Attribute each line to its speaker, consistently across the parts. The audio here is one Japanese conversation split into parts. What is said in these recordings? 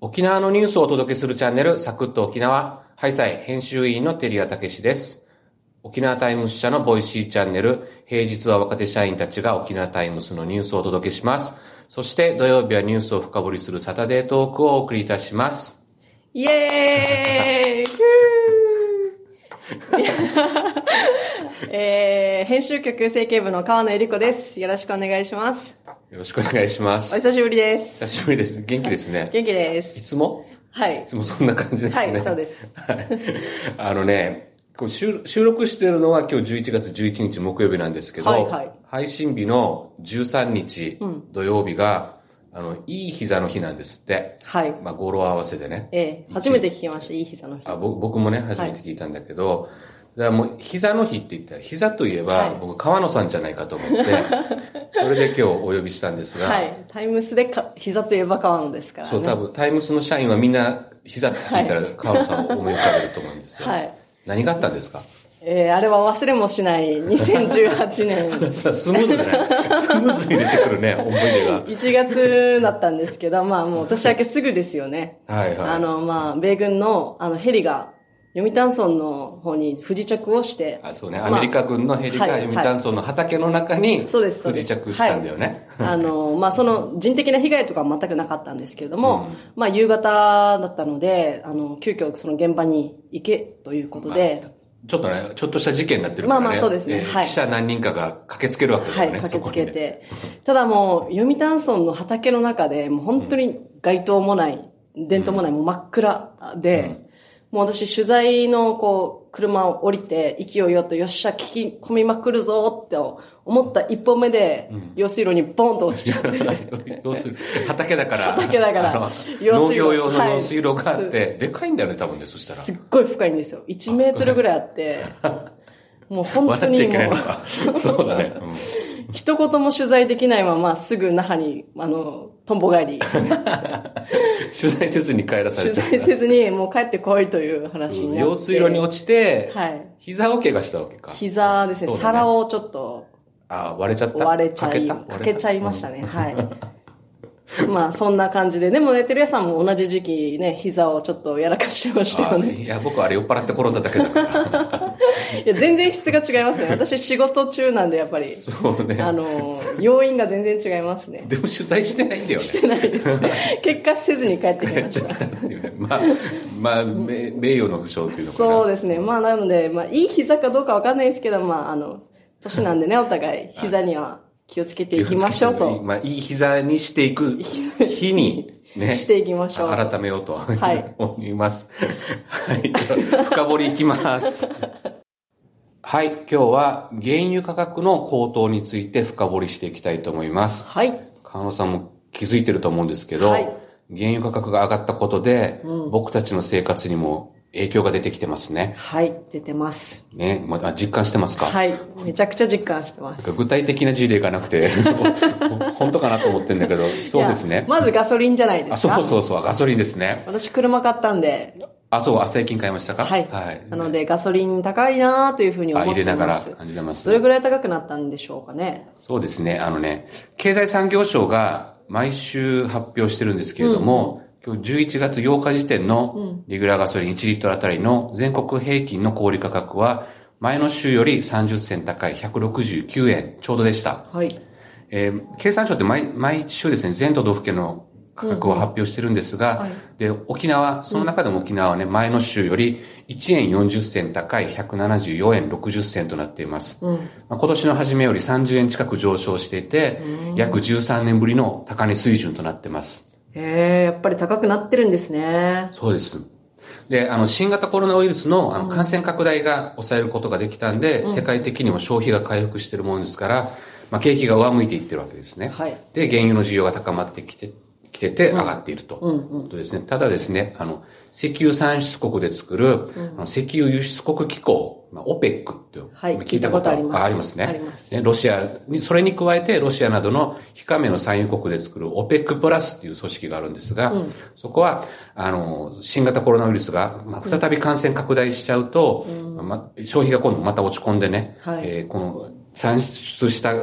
Speaker 1: 沖縄のニュースをお届けするチャンネル、サクッと沖縄、ハイサイ編集委員のテリアたけしです。沖縄タイムス社のボイシーチャンネル、平日は若手社員たちが沖縄タイムスのニュースをお届けします。そして土曜日はニュースを深掘りするサタデートークをお送りいたします。
Speaker 2: イエーイ えー、編集局整形部の川野ゆり子です。よろしくお願いします。
Speaker 1: よろしくお願いしま
Speaker 2: お
Speaker 1: す。
Speaker 2: 久しぶりで
Speaker 1: 久
Speaker 2: す。
Speaker 1: しぶりです。元気ですね。
Speaker 2: 元気で
Speaker 1: い
Speaker 2: す。
Speaker 1: つも
Speaker 2: はい
Speaker 1: いつ。もそんな感じですね。
Speaker 2: はいそうです
Speaker 1: はい。あのね、こう収収録してるのは今日11月11日木曜日なんですけど、
Speaker 2: はいはい
Speaker 1: 配信日の13日土曜日が、あの、いい膝の日なんですって。
Speaker 2: はい。
Speaker 1: まあ、語呂合わせでね。
Speaker 2: えー、初めて聞きました、いい膝の日。
Speaker 1: あ僕僕もね、初めて聞いたんだけど、だからもう、膝の日って言ったら、膝といえば、
Speaker 2: はい
Speaker 1: 僕、川野さんじゃないかと思 って、それで今日お呼びしたんですが、
Speaker 2: はい。タイムスでか膝といえば川野ですからね。
Speaker 1: そう、多分、タイムスの社員はみんな、膝って聞いたら、川野さんを思い浮かべると思うんですよ。
Speaker 2: はい
Speaker 1: 何があったんですか
Speaker 2: えー、あれは忘れもしない2018 年
Speaker 1: さスムーズ だね。スムーズに出てくるね、思い出が。
Speaker 2: 1月だったんですけど、まあもう年明けすぐですよね。
Speaker 1: はいはい
Speaker 2: あの、まあ、米軍の、あの、ヘリが、読谷村の方に不時着をして。
Speaker 1: あそうね、
Speaker 2: ま
Speaker 1: アメリカ軍のヘリが
Speaker 2: はい
Speaker 1: 読谷村の畑の中に
Speaker 2: そうですそ
Speaker 1: 不
Speaker 2: うで
Speaker 1: 時
Speaker 2: す
Speaker 1: 着したんだよね。
Speaker 2: あの、まあ、その人的な被害とかは全くなかったんですけれども、まあ、夕方だったので、あの、急遽その現場に行けということで、
Speaker 1: ちょっとね、ちょっとした事件になってるからね。
Speaker 2: まあまあそうですね
Speaker 1: ー
Speaker 2: はい
Speaker 1: 記者何人かが駆けつけるわけだ
Speaker 2: は
Speaker 1: よ
Speaker 2: い、
Speaker 1: ね、
Speaker 2: 駆けつけ
Speaker 1: そこにね。
Speaker 2: て。ただもう、読谷村の畑の中で、もう本当に街灯もない、電灯もない、もう真っ暗で、もう私取材のこう、車を降りて、勢いよと、よっしゃ、聞き込みまくるぞって思った一歩目で、用水路にボンと落ちちゃ って。
Speaker 1: 用水路畑だから、
Speaker 2: 畑だから
Speaker 1: あの
Speaker 2: 用水路
Speaker 1: 農業用の
Speaker 2: はい
Speaker 1: 用水路があって、でかいんだよね、多分ね、そしたら。
Speaker 2: すっごい深いんですよ。1メートルぐらいあって、もう本当
Speaker 1: 渡っ ちゃ
Speaker 2: に
Speaker 1: いけない
Speaker 2: も
Speaker 1: の
Speaker 2: う、
Speaker 1: か。そうだね。うん
Speaker 2: 一言も取材できないまま、すぐ那覇に、あの、とんぼ帰り。
Speaker 1: 取材せずに帰らされ
Speaker 2: 取
Speaker 1: て。
Speaker 2: 材せずに、もう帰ってこいという話になって。
Speaker 1: 用水路に落ちて、
Speaker 2: はい
Speaker 1: 膝を怪我したわけか。
Speaker 2: 膝ですね
Speaker 1: そうだ
Speaker 2: 皿をちょっと
Speaker 1: あー割れちゃった。
Speaker 2: 割れちゃい、
Speaker 1: た
Speaker 2: かけちゃいましたね。はい。まあ、そんな感じで。でもね、テレアさんも同じ時期ね、膝をちょっとやらかしてましたよ
Speaker 1: あ
Speaker 2: ね。
Speaker 1: ーいや、僕はあれ酔っ払って転んだだけだ から。
Speaker 2: いや、全然質が違いますね。私仕事中なんで、やっぱり。
Speaker 1: そうね。
Speaker 2: あの、要因が全然違いますね。
Speaker 1: でも取材してないんだよね。
Speaker 2: してないで すね。結果せずに帰ってきました。
Speaker 1: まあ、まあ、名名誉の負傷っていうのかな。
Speaker 2: そうですね。まあ、なので、まあ、いい膝かどうかわかんないですけど、まあ、あの、年なん でね、お互い、膝には気をつけていきましょうと。
Speaker 1: まあ、いい膝にしてい く日に、ね。
Speaker 2: していきましょう
Speaker 1: 改めようと、
Speaker 2: い
Speaker 1: 思います。はい。深掘りいきます。はい。今日は原油価格の高騰について深掘りしていきたいと思います。
Speaker 2: はい。
Speaker 1: 川野さんも気づいてると思うんですけど、
Speaker 2: はい
Speaker 1: 原油価格が上がったことで、僕たちの生活にも影響が出てきてますね。
Speaker 2: はい、出てます。
Speaker 1: ね。まあ、実感してますか
Speaker 2: はい、めちゃくちゃ実感してます。
Speaker 1: 具体的な字でいかなくて、 本当かなと思ってんだけど、そうです
Speaker 2: いや
Speaker 1: ね。
Speaker 2: まずガソリンじゃないで
Speaker 1: あ、
Speaker 2: すか。
Speaker 1: そうそうそう、ガソリンですね。
Speaker 2: 私車買ったんで、
Speaker 1: あ、そう、あ、最近買いましたか
Speaker 2: はい。なのでガソリン高いなというふうに思
Speaker 1: あ、
Speaker 2: っ
Speaker 1: 入
Speaker 2: てます。
Speaker 1: れながら感じてます
Speaker 2: ど
Speaker 1: ね、
Speaker 2: れぐらい高くなったんでしょうかね。
Speaker 1: そうですね、あのね、経済産業省が毎週発表してるんですけれども、今日11月8日時点のレギュラーガソリン1リットルあたりの全国平均の小売価格は、前の週より30銭高い169円ちょうどでした。
Speaker 2: はい。
Speaker 1: えー経産省って毎毎週ですね、全都道府県の価格を発表してるんですが、で、沖縄、その中でも沖縄はね、前の週より1円40銭高い174円60銭となっています。まあ今年の初めより30円近く上昇していて、約13年ぶりの高値水準となってます。
Speaker 2: えー、やっぱり高くなってるんですね。
Speaker 1: そうです。で、あの、新型コロナウイルスのあの感染拡大が抑えることができたんで、世界的にも消費が回復してるものですから、まあ、景気が上向いていってるわけですね。
Speaker 2: はい
Speaker 1: で、原油の需要が高まってきて、きてて上がっていると。とですね。ただですね、あの、石油産出国で作る、あの石油輸出国機構、まあ、OPEC って、
Speaker 2: はい
Speaker 1: 聞いたことあります
Speaker 2: 聞いたことあります
Speaker 1: ありますね。
Speaker 2: あります
Speaker 1: ねロシアに、それに加えてロシアなどの非加盟の産油国で作る OPEC プラスっていう組織があるんですが、そこは、あの、新型コロナウイルスが、まあ、再び感染拡大しちゃうと、まあ消費が今度また落ち込んでね、
Speaker 2: はい
Speaker 1: えーこの産出した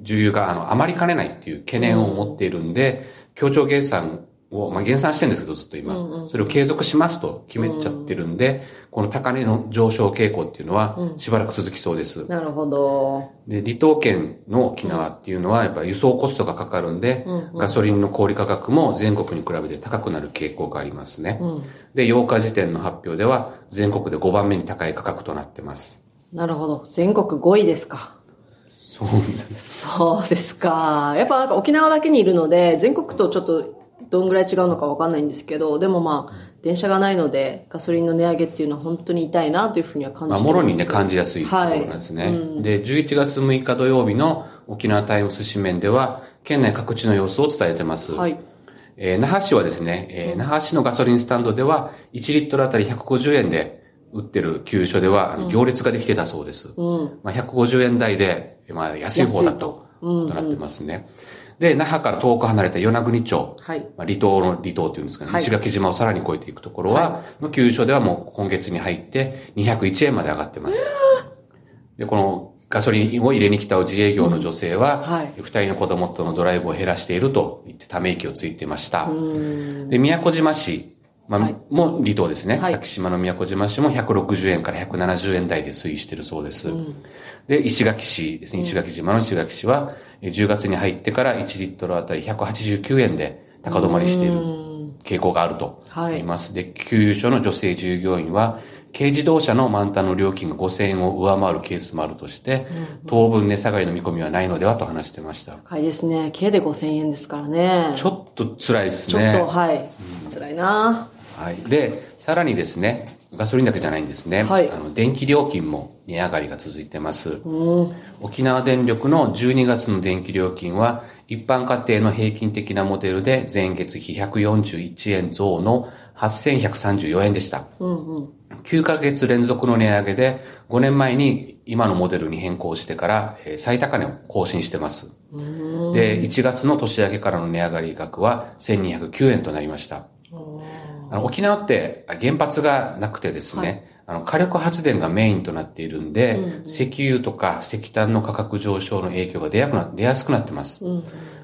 Speaker 1: 重油があの余りかねないっていう懸念を持っているんで、協調減産を、まあ、減産してるんですけど、ずっと今、
Speaker 2: うんうん
Speaker 1: それを継続しますと決めちゃってるんで、この高値の上昇傾向っていうのは、しばらく続きそうです。
Speaker 2: なるほど。
Speaker 1: で、離島県の沖縄っていうのは、やっぱ輸送コストがかかるんで、ガソリンの小売価格も全国に比べて高くなる傾向がありますね。で、8日時点の発表では、全国で5番目に高い価格となってます。
Speaker 2: なるほど。全国5位ですか。
Speaker 1: そうです。
Speaker 2: そうですか。やっぱなんか沖縄だけにいるので、全国とちょっとどんぐらい違うのかわかんないんですけど、でもまあ、電車がないので、ガソリンの値上げっていうのは本当に痛いなというふうには感じ
Speaker 1: まあ、
Speaker 2: ています。
Speaker 1: もろにね、感じやすいところなんですね。で、11月6日土曜日の沖縄タイムス紙面では、県内各地の様子を伝えてます。
Speaker 2: はい。
Speaker 1: えー那覇市はですね、えー那覇市のガソリンスタンドでは、1リットルあたり150円で売ってる給油所では、あの行列ができてたそうです。まあ、150円台で、まあ、安い方だと、となってますね。で、那覇から遠く離れた与那国町、
Speaker 2: はい
Speaker 1: まあ、離島の離島っていうんですかね、
Speaker 2: はい
Speaker 1: 石垣島をさらに越えていくところは、の給油所ではもう今月に入って201円まで上がってます。で、このガソリンを入れに来た自営業の女性は、
Speaker 2: はい
Speaker 1: 二人の子供とのドライブを減らしていると言ってため息をついていました。で、宮古島市、まあもう離島ですね、
Speaker 2: はい
Speaker 1: 先島の宮古島市も160円から170円台で推移しているそうです。で、石垣市ですね、石垣島の石垣市は、えー10月に入ってから1リットルあたり189円で高止まりしている傾向があると
Speaker 2: はい
Speaker 1: 言います。で、給油所の女性従業員は、軽自動車の満タンの料金が5000円を上回るケースもあるとして、当分値下がりの見込みはないのではと話してました。
Speaker 2: 高いですね。計で5000円ですからね。
Speaker 1: ちょっと辛いです
Speaker 2: ちょっ
Speaker 1: ね。
Speaker 2: と、はい。辛いな
Speaker 1: はい。で、さらにですね、ガソリンだけじゃないんですね。
Speaker 2: はい
Speaker 1: あの、電気料金も値上がりが続いてます。沖縄電力の12月の電気料金は、一般家庭の平均的なモデルで前月比141円増の8134円でした。9ヶ月連続の値上げで、5年前に今のモデルに変更してから、えー最高値を更新してます。で、1月の年明けからの値上がり額は1209円となりました。あの沖縄ってあ原発がなくてですね、あの火力発電がメインとなっているんで、石油とか石炭の価格上昇の影響が出やくな出やすくなってます。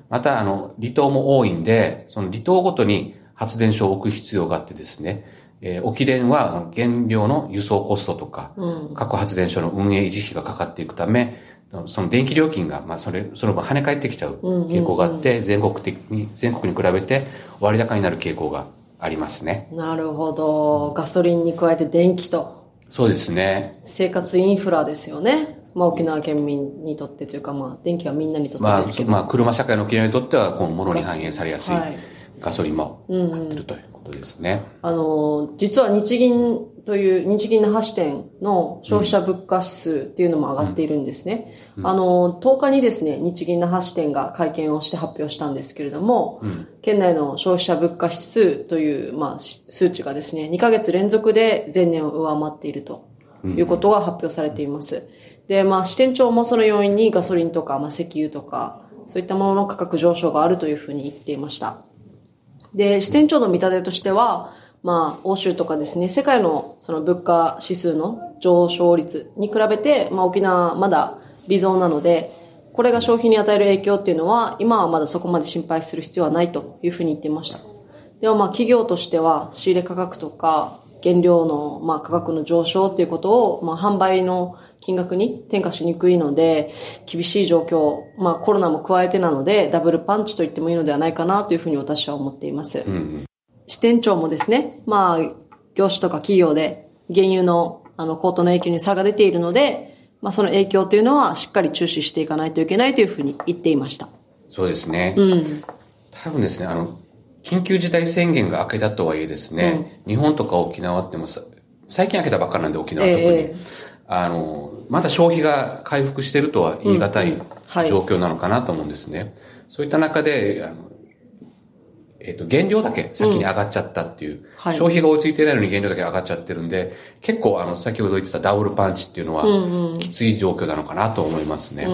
Speaker 1: また、あの、離島も多いんで、その離島ごとに発電所を置く必要があってですね、えー沖電はあの原料の輸送コストとか、各発電所の運営維持費がかかっていくため、その電気料金が、まあ、それ、その分跳ね返ってきちゃう傾向があって、全国的に、全国に比べて割高になる傾向がありますね。
Speaker 2: なるほど。ガソリンに加えて電気と、
Speaker 1: そうですね。
Speaker 2: 生活インフラですよね。まあ沖縄県民にとってというか、まあ電気はみんなにとって
Speaker 1: まあ、
Speaker 2: です
Speaker 1: そ
Speaker 2: けど。
Speaker 1: まあ、車社会の沖縄にとっては、こう、ものに反映されやすい
Speaker 2: はい
Speaker 1: ガソリンも買ってるということですね。
Speaker 2: あの、実は日銀という、日銀那覇支店の消費者物価指数っていうのも上がっているんですね。あの、10日にですね、日銀那覇支店が会見をして発表したんですけれども、県内の消費者物価指数という、まあ、し数値がですね、2ヶ月連続で前年を上回っているということが発表されています。で、まあ、支店長もその要因にガソリンとか、まあ、石油とか、そういったものの価格上昇があるというふうに言っていました。で、支店長の見立てとしては、まあ、欧州とかですね、世界のその物価指数の上昇率に比べて、まあ、沖縄まだ微増なので、これが消費に与える影響っていうのは、今はまだそこまで心配する必要はないというふうに言っていました。でもまあ、企業としては、仕入れ価格とか、原料のまあ価格の上昇っていうことを、まあ、販売の金額に転嫁しにくいので、厳しい状況、まあ、コロナも加えてなので、ダブルパンチと言ってもいいのではないかなというふうに私は思っています。支店長もですね、まあ、業種とか企業で、原油の、あの、高騰の影響に差が出ているので、まあ、その影響というのはしっかり注視していかないといけないというふうに言っていました。
Speaker 1: そうですね。多分ですね、あの、緊急事態宣言が明けたとはいえですね、日本とか沖縄ってもうさ最近明けたばっかなんで沖縄は特に、
Speaker 2: ええ
Speaker 1: あの、まだ消費が回復してるとは言い難い
Speaker 2: うんうんはい
Speaker 1: 状況なのかなと思うんですね。そういった中で、あのえっ、と、原料だけ先に上がっちゃったっていう、
Speaker 2: はい
Speaker 1: 消費が追いついてないのに原料だけ上がっちゃってるんで、結構あの、先ほど言ってたダブルパンチっていうのは、きつい状況なのかなと思いますね。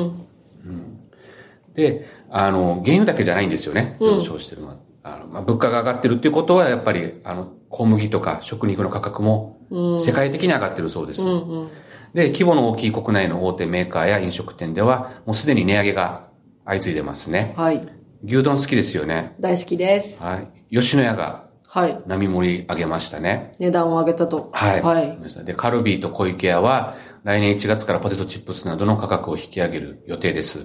Speaker 1: で、あの、原油だけじゃないんですよね、上昇してるのは。あの、まあ、物価が上がってるっていうことは、やっぱり、あの、小麦とか食肉の価格も、世界的に上がってるそうです。で、規模の大きい国内の大手メーカーや飲食店では、もうすでに値上げが相次いでますね。
Speaker 2: はい。
Speaker 1: 牛丼好きですよね。
Speaker 2: 大好きです。
Speaker 1: はい。吉野家が
Speaker 2: はい。
Speaker 1: 並盛り上げましたね。
Speaker 2: 値段を上げたと。
Speaker 1: はい。
Speaker 2: は
Speaker 1: ごめ
Speaker 2: い
Speaker 1: ん。なさいで、カルビーと小池屋は、来年1月からポテトチップスなどの価格を引き上げる予定です。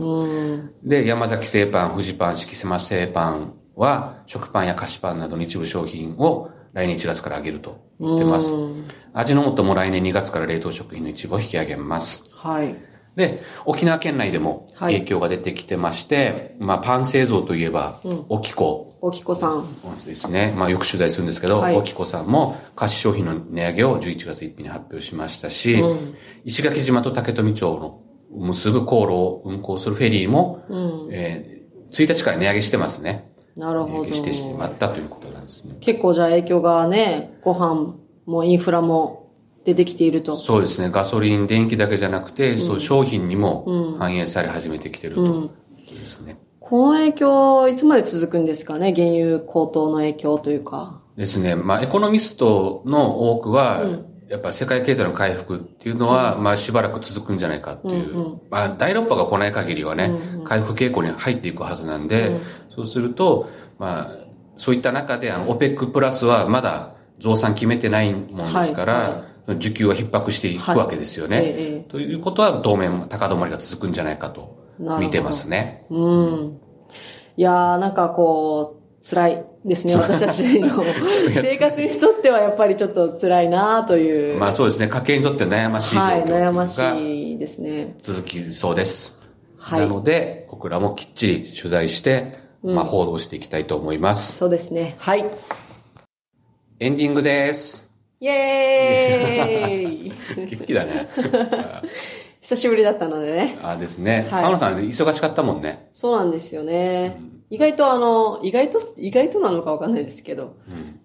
Speaker 1: で、山崎製パン、富士パン、四季狭製パンは、食パンや菓子パンなどの一部商品を来年1月から上げると言ってます。味の素も来年2月から冷凍食品の一部を引き上げます。
Speaker 2: はい。
Speaker 1: で、沖縄県内でも
Speaker 2: はい
Speaker 1: 影響が出てきてまして、まあ、パン製造といえば、おきこ
Speaker 2: おきこさん。
Speaker 1: ですね。まあ、よく取材するんですけど、
Speaker 2: はい
Speaker 1: おきこさんも菓子商品の値上げを11月1日に発表しましたし、石垣島と竹富町の結ぶ航路を運行するフェリーも、えー1日から値上げしてますね。
Speaker 2: なるほ
Speaker 1: 値上げしてし
Speaker 2: ど。
Speaker 1: まったということなんですね。
Speaker 2: 結構じゃあ影響がね、ご飯もインフラも出てきていると。
Speaker 1: そうですね。ガソリン、電気だけじゃなくて、そういう商品にも反映され始めてきてると。ですね。
Speaker 2: この影響、いつまで続くんですかね原油高騰の影響というか。
Speaker 1: ですね。まあ、エコノミストの多くは、やっぱ世界経済の回復っていうのは、まあ、しばらく続くんじゃないかっていう。まあ、第6波が来ない限りはね、回復傾向に入っていくはずなんで、そうすると、まあ、そういった中で、あの、OPEC プラスはまだ増産決めてないもんですから、
Speaker 2: はい
Speaker 1: 需給は逼迫していくわけですよね。
Speaker 2: はいええ
Speaker 1: ということは、当面、高止まりが続くんじゃないかと
Speaker 2: なるほど
Speaker 1: 見てますね。
Speaker 2: いやー、なんかこう、辛いで すね。私たちの生活にとってはやっぱりちょっと辛いなという。
Speaker 1: まあ、そうですね。家計にとって悩ましい状況
Speaker 2: はい、
Speaker 1: というか
Speaker 2: 悩ましいですね。
Speaker 1: 続きそうです。
Speaker 2: は
Speaker 1: な
Speaker 2: い
Speaker 1: ので、僕らもきっちり取材して、まあ、報道していきたいと思います。
Speaker 2: そうですね。はい。
Speaker 1: エンディング です。
Speaker 2: イエーイ
Speaker 1: 元気だね。
Speaker 2: 久しぶりだったのでね。
Speaker 1: あですね。
Speaker 2: はい
Speaker 1: 浜野さん、忙しかったもんね。
Speaker 2: そうなんですよね。意外とあの、意外と、意外となのかわかんないですけど、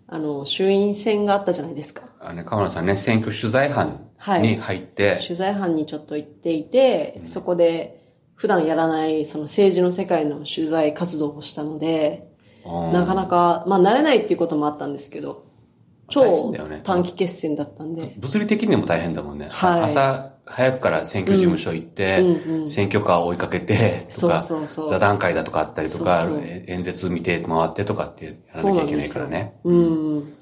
Speaker 2: あの、衆院選があったじゃないですか。
Speaker 1: あね、河野さんね、選挙取材班に入って、
Speaker 2: 取材班にちょっと行っていて、そこで普段やらないその政治の世界の取材活動をしたの
Speaker 1: う
Speaker 2: で、
Speaker 1: ん
Speaker 2: なかなか、まあ慣れないっていうこともあったんですけど、
Speaker 1: 大変
Speaker 2: 超
Speaker 1: だよね
Speaker 2: 短期決戦だったんで、
Speaker 1: 物理的にも大変だもんね。
Speaker 2: はい
Speaker 1: 朝早くから選挙事務所行って、選挙カーを追いかけて、とか、
Speaker 2: そうそうそう
Speaker 1: 座談会だとかあったりとか、
Speaker 2: そうそう
Speaker 1: え演説見て回ってとかってやらなきゃいけないからね。
Speaker 2: うん。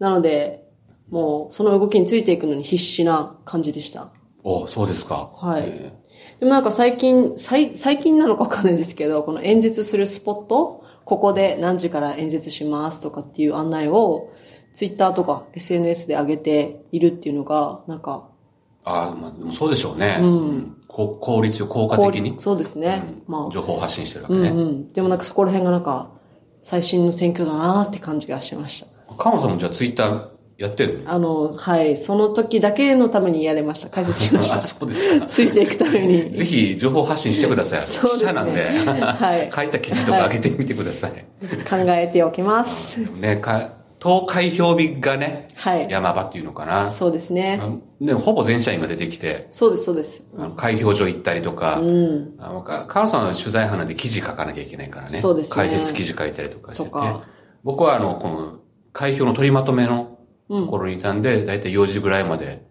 Speaker 2: なので、もうその動きについていくのに必死な感じでした。
Speaker 1: お、そうですか。
Speaker 2: はい
Speaker 1: え
Speaker 2: でもなんか最近、最最近なのかわかんないですけど、この演説するスポット、ここで何時から演説しますとかっていう案内を、ツイッターとか SNS で上げているっていうのが、なんか、
Speaker 1: ああ、まあ、でもそうでしょうね。うん。こ効率よ、効果的に、
Speaker 2: そうですね。まあ、
Speaker 1: 情報発信してるわけ
Speaker 2: う
Speaker 1: ね。
Speaker 2: ん。でもなんかそこら辺がなんか、最新の選挙だなって感じがしました。
Speaker 1: 河野さんもじゃあツイッターやって るの
Speaker 2: あの、はい、その時だけのためにやれました。解説しまし
Speaker 1: あ、
Speaker 2: た。
Speaker 1: そうですか。
Speaker 2: ついていくために。
Speaker 1: ぜひ情報発信してください。
Speaker 2: そう
Speaker 1: 記
Speaker 2: ですね
Speaker 1: 者なんで、
Speaker 2: はい
Speaker 1: 書いた記事とか上げてみてください。
Speaker 2: 考えておきます。
Speaker 1: でもね、か投開票日がね、
Speaker 2: はい
Speaker 1: 山場っていうのかな。
Speaker 2: そうですね。
Speaker 1: あね、ほぼ全社員が出てきて、
Speaker 2: そうです、そうです。
Speaker 1: あの開票所行ったりとか、あのか河野さんは取材班なんで記事書かなきゃいけないからね。
Speaker 2: そうですね
Speaker 1: 解説記事書いたりとかしてて
Speaker 2: とか。
Speaker 1: 僕はあの、この、開票の取りまとめのところにいたんで、だいたい4時ぐらいまで、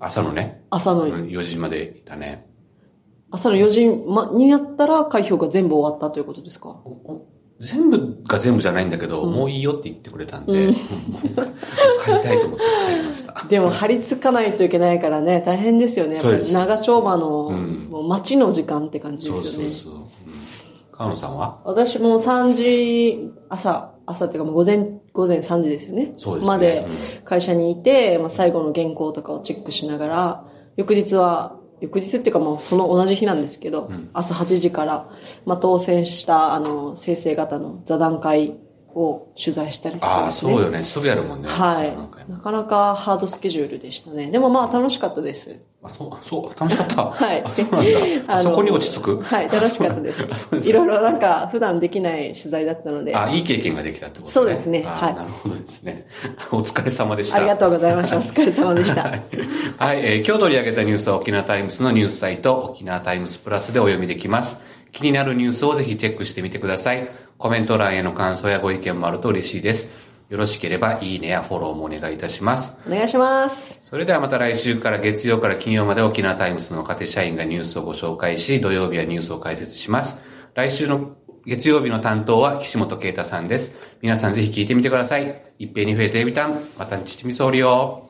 Speaker 1: 朝のね、
Speaker 2: 朝の
Speaker 1: うん4時までいたね。
Speaker 2: 朝の4時まになったら開票が全部終わったということですか
Speaker 1: おお全部が全部じゃないんだけど、もういいよって言ってくれたんで、 もう帰りたいと思って帰りま した。
Speaker 2: でも張り付かないといけないからね、大変ですよね。やっぱ
Speaker 1: そうで
Speaker 2: り
Speaker 1: す
Speaker 2: 長丁場の、もう待ちの時間って感じ
Speaker 1: そう
Speaker 2: です
Speaker 1: そ
Speaker 2: よ
Speaker 1: う
Speaker 2: ね。
Speaker 1: そう。うん河野さんは
Speaker 2: 私も3時、朝、朝っていうかもう午前、午前3時ですよね。
Speaker 1: そうですね
Speaker 2: まで会社にいて、まあ、最後の原稿とかをチェックしながら、翌日は、翌日っていうかまあその同じ日なんですけど、朝8時から、まあ、当選した、あの、生成型の座談会を取材したりとか
Speaker 1: あ
Speaker 2: で
Speaker 1: あ、
Speaker 2: すね。
Speaker 1: そうよね。すぐやるもんね。なんか
Speaker 2: はい。なかなかハードスケジュールでしたね。でもまあ楽しかったです。
Speaker 1: あ、そう、そう、楽しかった。
Speaker 2: はい
Speaker 1: あ、そうなんだ。あ
Speaker 2: あの
Speaker 1: そこに落ち着く。
Speaker 2: はい、楽しかったです。 いろいろなんか普段できない取材だったので、あ
Speaker 1: あ、いい経験ができたってことね。
Speaker 2: そうですね
Speaker 1: あ
Speaker 2: はい
Speaker 1: なるほどですね。 お疲れ様でした。
Speaker 2: りがとうございました。お疲れ様でした。
Speaker 1: はい、えー今日取り上げたニュースは沖縄タイムスのニュースサイト、沖縄タイムスプラスでお読みできます。気になるニュースをぜひチェックしてみてください。コメント欄への感想やご意見もあると嬉しいです。よろしければいいねやフォローもお願いいたします。
Speaker 2: お願いします。
Speaker 1: それではまた来週から月曜から金曜まで沖縄タイムスの若手社員がニュースをご紹介し、土曜日はニュースを解説します。来週の月曜日の担当は岸本啓太さんです。皆さんぜひ聞いてみてください。一平に増えてエビタン、またちちみそうりよ。